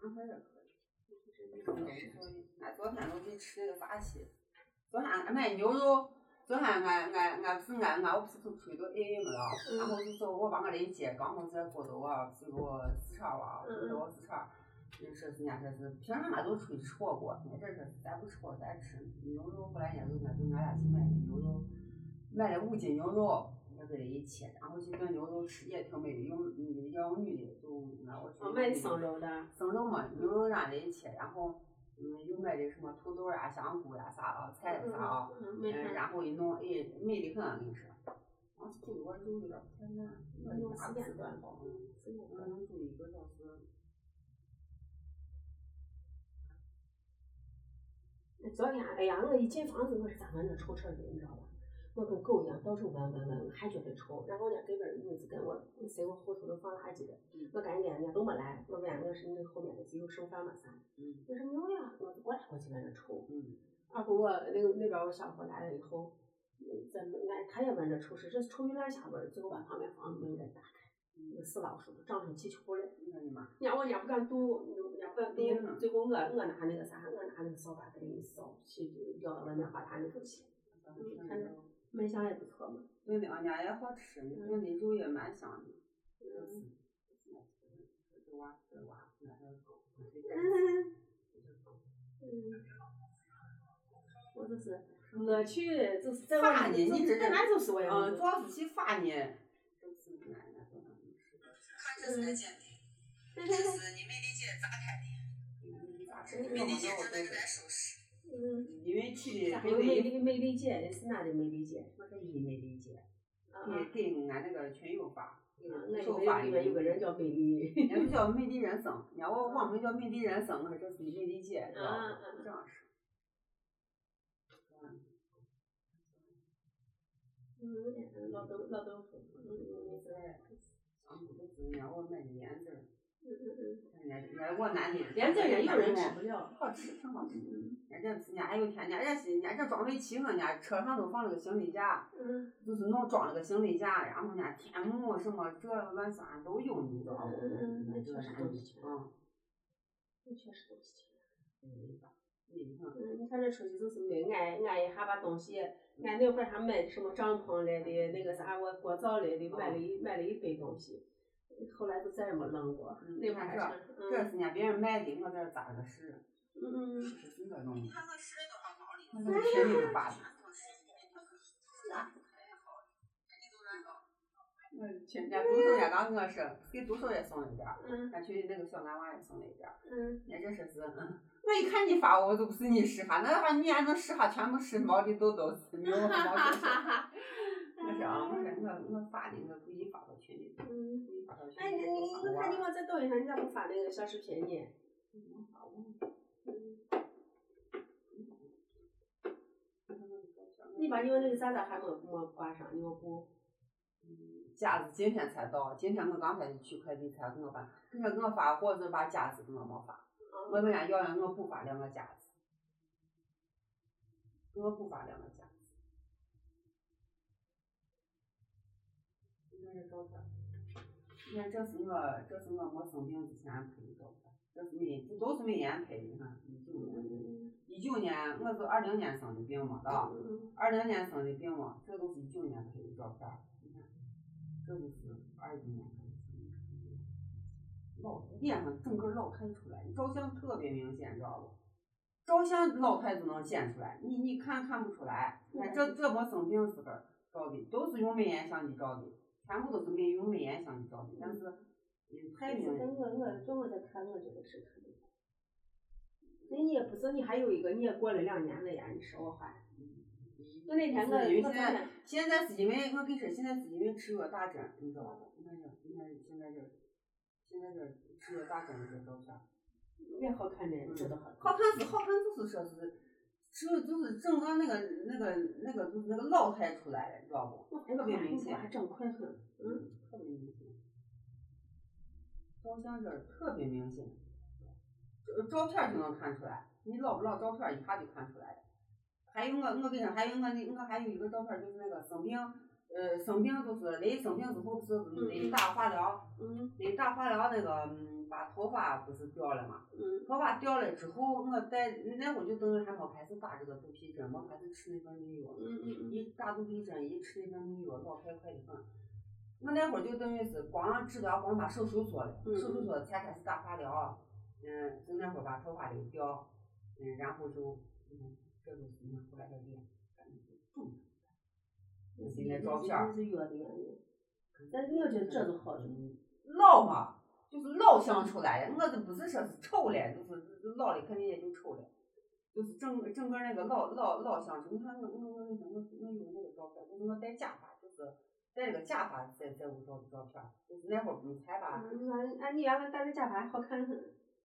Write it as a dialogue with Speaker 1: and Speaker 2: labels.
Speaker 1: 安徽人可以，就是那种人说，俺昨天我去吃那个法西，昨天俺买牛肉，昨天俺俺俺不是俺俺我不是都追到 A 嘛了，然后就说我把俺人接刚好在广州啊，去过四川啊，去过四川。人说是伢说是，平常俺都出去吃火锅，没这说咱不吃火锅，咱吃牛肉。后来伢就俺就俺俩去买的牛肉，买了五斤牛肉，也给人一切，然后这顿牛肉吃也挺美的，用女要用女的就拿我去。
Speaker 2: 我买生肉的，
Speaker 1: 生肉嘛，牛肉让人切，然后嗯又买的什么土豆啊、香菇呀、啥啊、菜啥啊，
Speaker 2: 嗯，没
Speaker 1: 嗯
Speaker 2: 看。
Speaker 1: 然后一弄，哎，美的很，我跟你说。我煮的我煮有点偏烂，
Speaker 2: 有时间段
Speaker 1: 吧，我能煮一个小时。
Speaker 2: 昨天，哎呀，我一进房子，我是咋闻着臭臭的，你知道吧？我跟狗一样，到处闻闻闻，还觉得臭。然后呢，这边女子跟我谁我后头都放垃圾的，我赶紧给人家都没来，我问我是那后面的几有剩饭吗啥？
Speaker 1: 嗯
Speaker 2: 我说没有呀，我我来我就闻着臭。
Speaker 1: 嗯
Speaker 2: 二姑我啊那个那边我小姑来了以后，嗯咱们俺她也闻着臭是这臭鱼烂虾味儿，最后把旁边房子门给打开，那死老鼠长成气球了。
Speaker 1: 你看你妈。
Speaker 2: 伢我伢不敢动，伢不敢动，
Speaker 1: 嗯
Speaker 2: 最后我我拿那个啥，我拿那个扫把给人扫去，掉到了棉花糖里头去。嗯看着卖相也不错嘛，
Speaker 1: 炖的俺家也好吃，炖的肉也蛮香的。
Speaker 2: 嗯
Speaker 1: 这娃这娃，那这狗，
Speaker 2: 嗯，我就是我去就是在外
Speaker 1: 发你
Speaker 2: 面，
Speaker 1: 你
Speaker 2: 就是哦
Speaker 1: 这
Speaker 2: 在俺就是我也
Speaker 1: 嗯，
Speaker 2: 没
Speaker 1: 主要是去发呢。就是奶奶做的
Speaker 3: 这是简的，
Speaker 2: 嗯
Speaker 3: 这是你没理解咋开的，
Speaker 1: 嗯咋吃
Speaker 2: 嗯
Speaker 1: 没
Speaker 3: 没
Speaker 1: 理
Speaker 3: 理
Speaker 1: 解
Speaker 3: 解
Speaker 1: 我
Speaker 3: 正在
Speaker 1: 都
Speaker 3: 给咱收拾。
Speaker 2: 嗯，
Speaker 1: 因为去
Speaker 2: 咋
Speaker 1: 还
Speaker 2: 还
Speaker 1: 有
Speaker 2: 有没
Speaker 1: 一
Speaker 2: 理没理解的是哪里没理解？
Speaker 1: 我是一没理解，
Speaker 2: 啊啊
Speaker 1: 给给俺那个群友发，
Speaker 2: 那
Speaker 1: 手
Speaker 2: 里
Speaker 1: 发
Speaker 2: 面里面有个人叫美丽，
Speaker 1: 人家叫美丽人生，人家我网名叫美丽人生，我说这是美丽姐，知道吧？
Speaker 2: 嗯嗯
Speaker 1: 这样式。
Speaker 2: 嗯，老豆老豆腐，嗯嗯
Speaker 1: 啊，都是人家我买的莲子儿，
Speaker 2: 嗯
Speaker 1: 人家人家我南的
Speaker 2: 嗯，连这也有人吃不了。
Speaker 1: 好吃，挺好吃。
Speaker 2: 嗯
Speaker 1: 人家人家还有天，人家人家这装备齐呢，人家车上都放了个行李架，
Speaker 2: 嗯
Speaker 1: 就是弄装了个行李架，然后人家天幕什么这乱七八糟都有，你知道不？
Speaker 2: 嗯那
Speaker 1: 这
Speaker 2: 确实
Speaker 1: 啥
Speaker 2: 都
Speaker 1: 的
Speaker 2: 齐全
Speaker 1: 嗯，
Speaker 2: 那确实不行。
Speaker 1: 嗯你看，
Speaker 2: 嗯，你看这出去就是没俺俺一下把东西，俺那会儿还买的什么帐篷来的，那个啥我国灶来的，买了一买了一堆东西，后来就再也没扔过。嗯那会儿还是
Speaker 1: 这是人家别人卖的，我这咋个是？
Speaker 2: 嗯嗯，
Speaker 1: 是真的弄
Speaker 3: 你
Speaker 1: 的，
Speaker 3: 看我吃了多少毛
Speaker 1: 那个啊便宜的发的，啊我去，人家读书也刚跟我说，给读书也送了一点儿，
Speaker 2: 嗯
Speaker 1: 俺去那个小男娃也送了一点儿。
Speaker 2: 嗯
Speaker 1: 人家这是，嗯，我一看你发我就不是你使哈，那哈你还能使哈，全部是毛的都都是没有毛的。我说啊，我说我我发的，我故意发到群里，
Speaker 2: 嗯。
Speaker 1: 故意发到群
Speaker 2: 哎，你
Speaker 1: 里。
Speaker 2: 你你看你我在抖音上，你咋不发那个小视频呢？
Speaker 1: 嗯
Speaker 2: 你把你那个啥咋还没没挂上？你不？
Speaker 1: 嗯架子今天才到，今天我刚才去快递才给我发，人家给我发货就把架子给我没发，我
Speaker 2: 啊，
Speaker 1: 问人家要了，我补发两个架子，给我补发两个架子。
Speaker 2: 嗯
Speaker 1: 你看这照片，你看这是我这是我没生病之前拍的照片，这是每这都是每年拍的，你看一九年，一九年我是二零年生的病嘛，是吧？
Speaker 2: 嗯
Speaker 1: 二零年生的病嘛，这都是一九年拍的照片儿，你看，这都是二一年拍的老脸上整个老态出来，你照相特别明显，知道不？照相老态都能显出来，你你看看不出来。你看这这没生病时候照的，都是用美颜相机照的，全部都是美用美颜相机照的，但是嗯太
Speaker 2: 但
Speaker 1: 明
Speaker 2: 是
Speaker 1: 显
Speaker 2: 跟我我跟我在看，我觉得是看不到。那你也不是，你还有一个，你也过了两年了呀，你说我话。我那天我
Speaker 1: 是因为现
Speaker 2: 我昨
Speaker 1: 在
Speaker 2: 天，
Speaker 1: 现在是因为我跟你说，现在是因为吃药打针，你知道吧？你看这，你看现在这，现在这吃药打针的这照片儿，
Speaker 2: 也好看的，觉得好
Speaker 1: 好
Speaker 2: 看。
Speaker 1: 看是好看，就是说是，吃了就是整个那个那个那个就是那个老态出来了，你知道不？
Speaker 2: 我还
Speaker 1: 特别明显
Speaker 2: 我还长快很。嗯，
Speaker 1: 特别明显，照相这儿特别明显，照照片儿就能看出来，你老不老照片儿一下就看出来了。还有我，我跟你说，还有我那我还有一个照片儿，就是那个生病呃，生病就是人生病之后不是人打化疗，
Speaker 2: 嗯
Speaker 1: 人打化疗那个嗯把头发不是掉了嘛，
Speaker 2: 嗯
Speaker 1: 头发掉了之后，我在那会儿就等于还没开始打这个肚皮针，没开始吃那份绿药。
Speaker 2: 嗯嗯
Speaker 1: 一打肚皮针，一吃那份绿药，老快快的很。我那会儿就等于是光治疗，光把手术做了，
Speaker 2: 嗯
Speaker 1: 手术做了才开始打化疗。嗯，就那会儿把头发留掉，嗯，然后就，嗯，这就是我后来的脸，感觉就肿了。
Speaker 2: 嗯，
Speaker 1: 现在照片儿
Speaker 2: 是药的原因，但是我觉得这就好了。
Speaker 1: 嗯老嘛，就是老相出来的。我这不是说是丑了，就是老了肯定也就丑了，就是整整个那个老老老相出。你看我我我那天我我有那个照片，就是我戴假发，就是戴那个假发在在屋照的照片，就是那会儿不是才把
Speaker 2: 嗯啊，俺俺你原来戴个假发还好看很。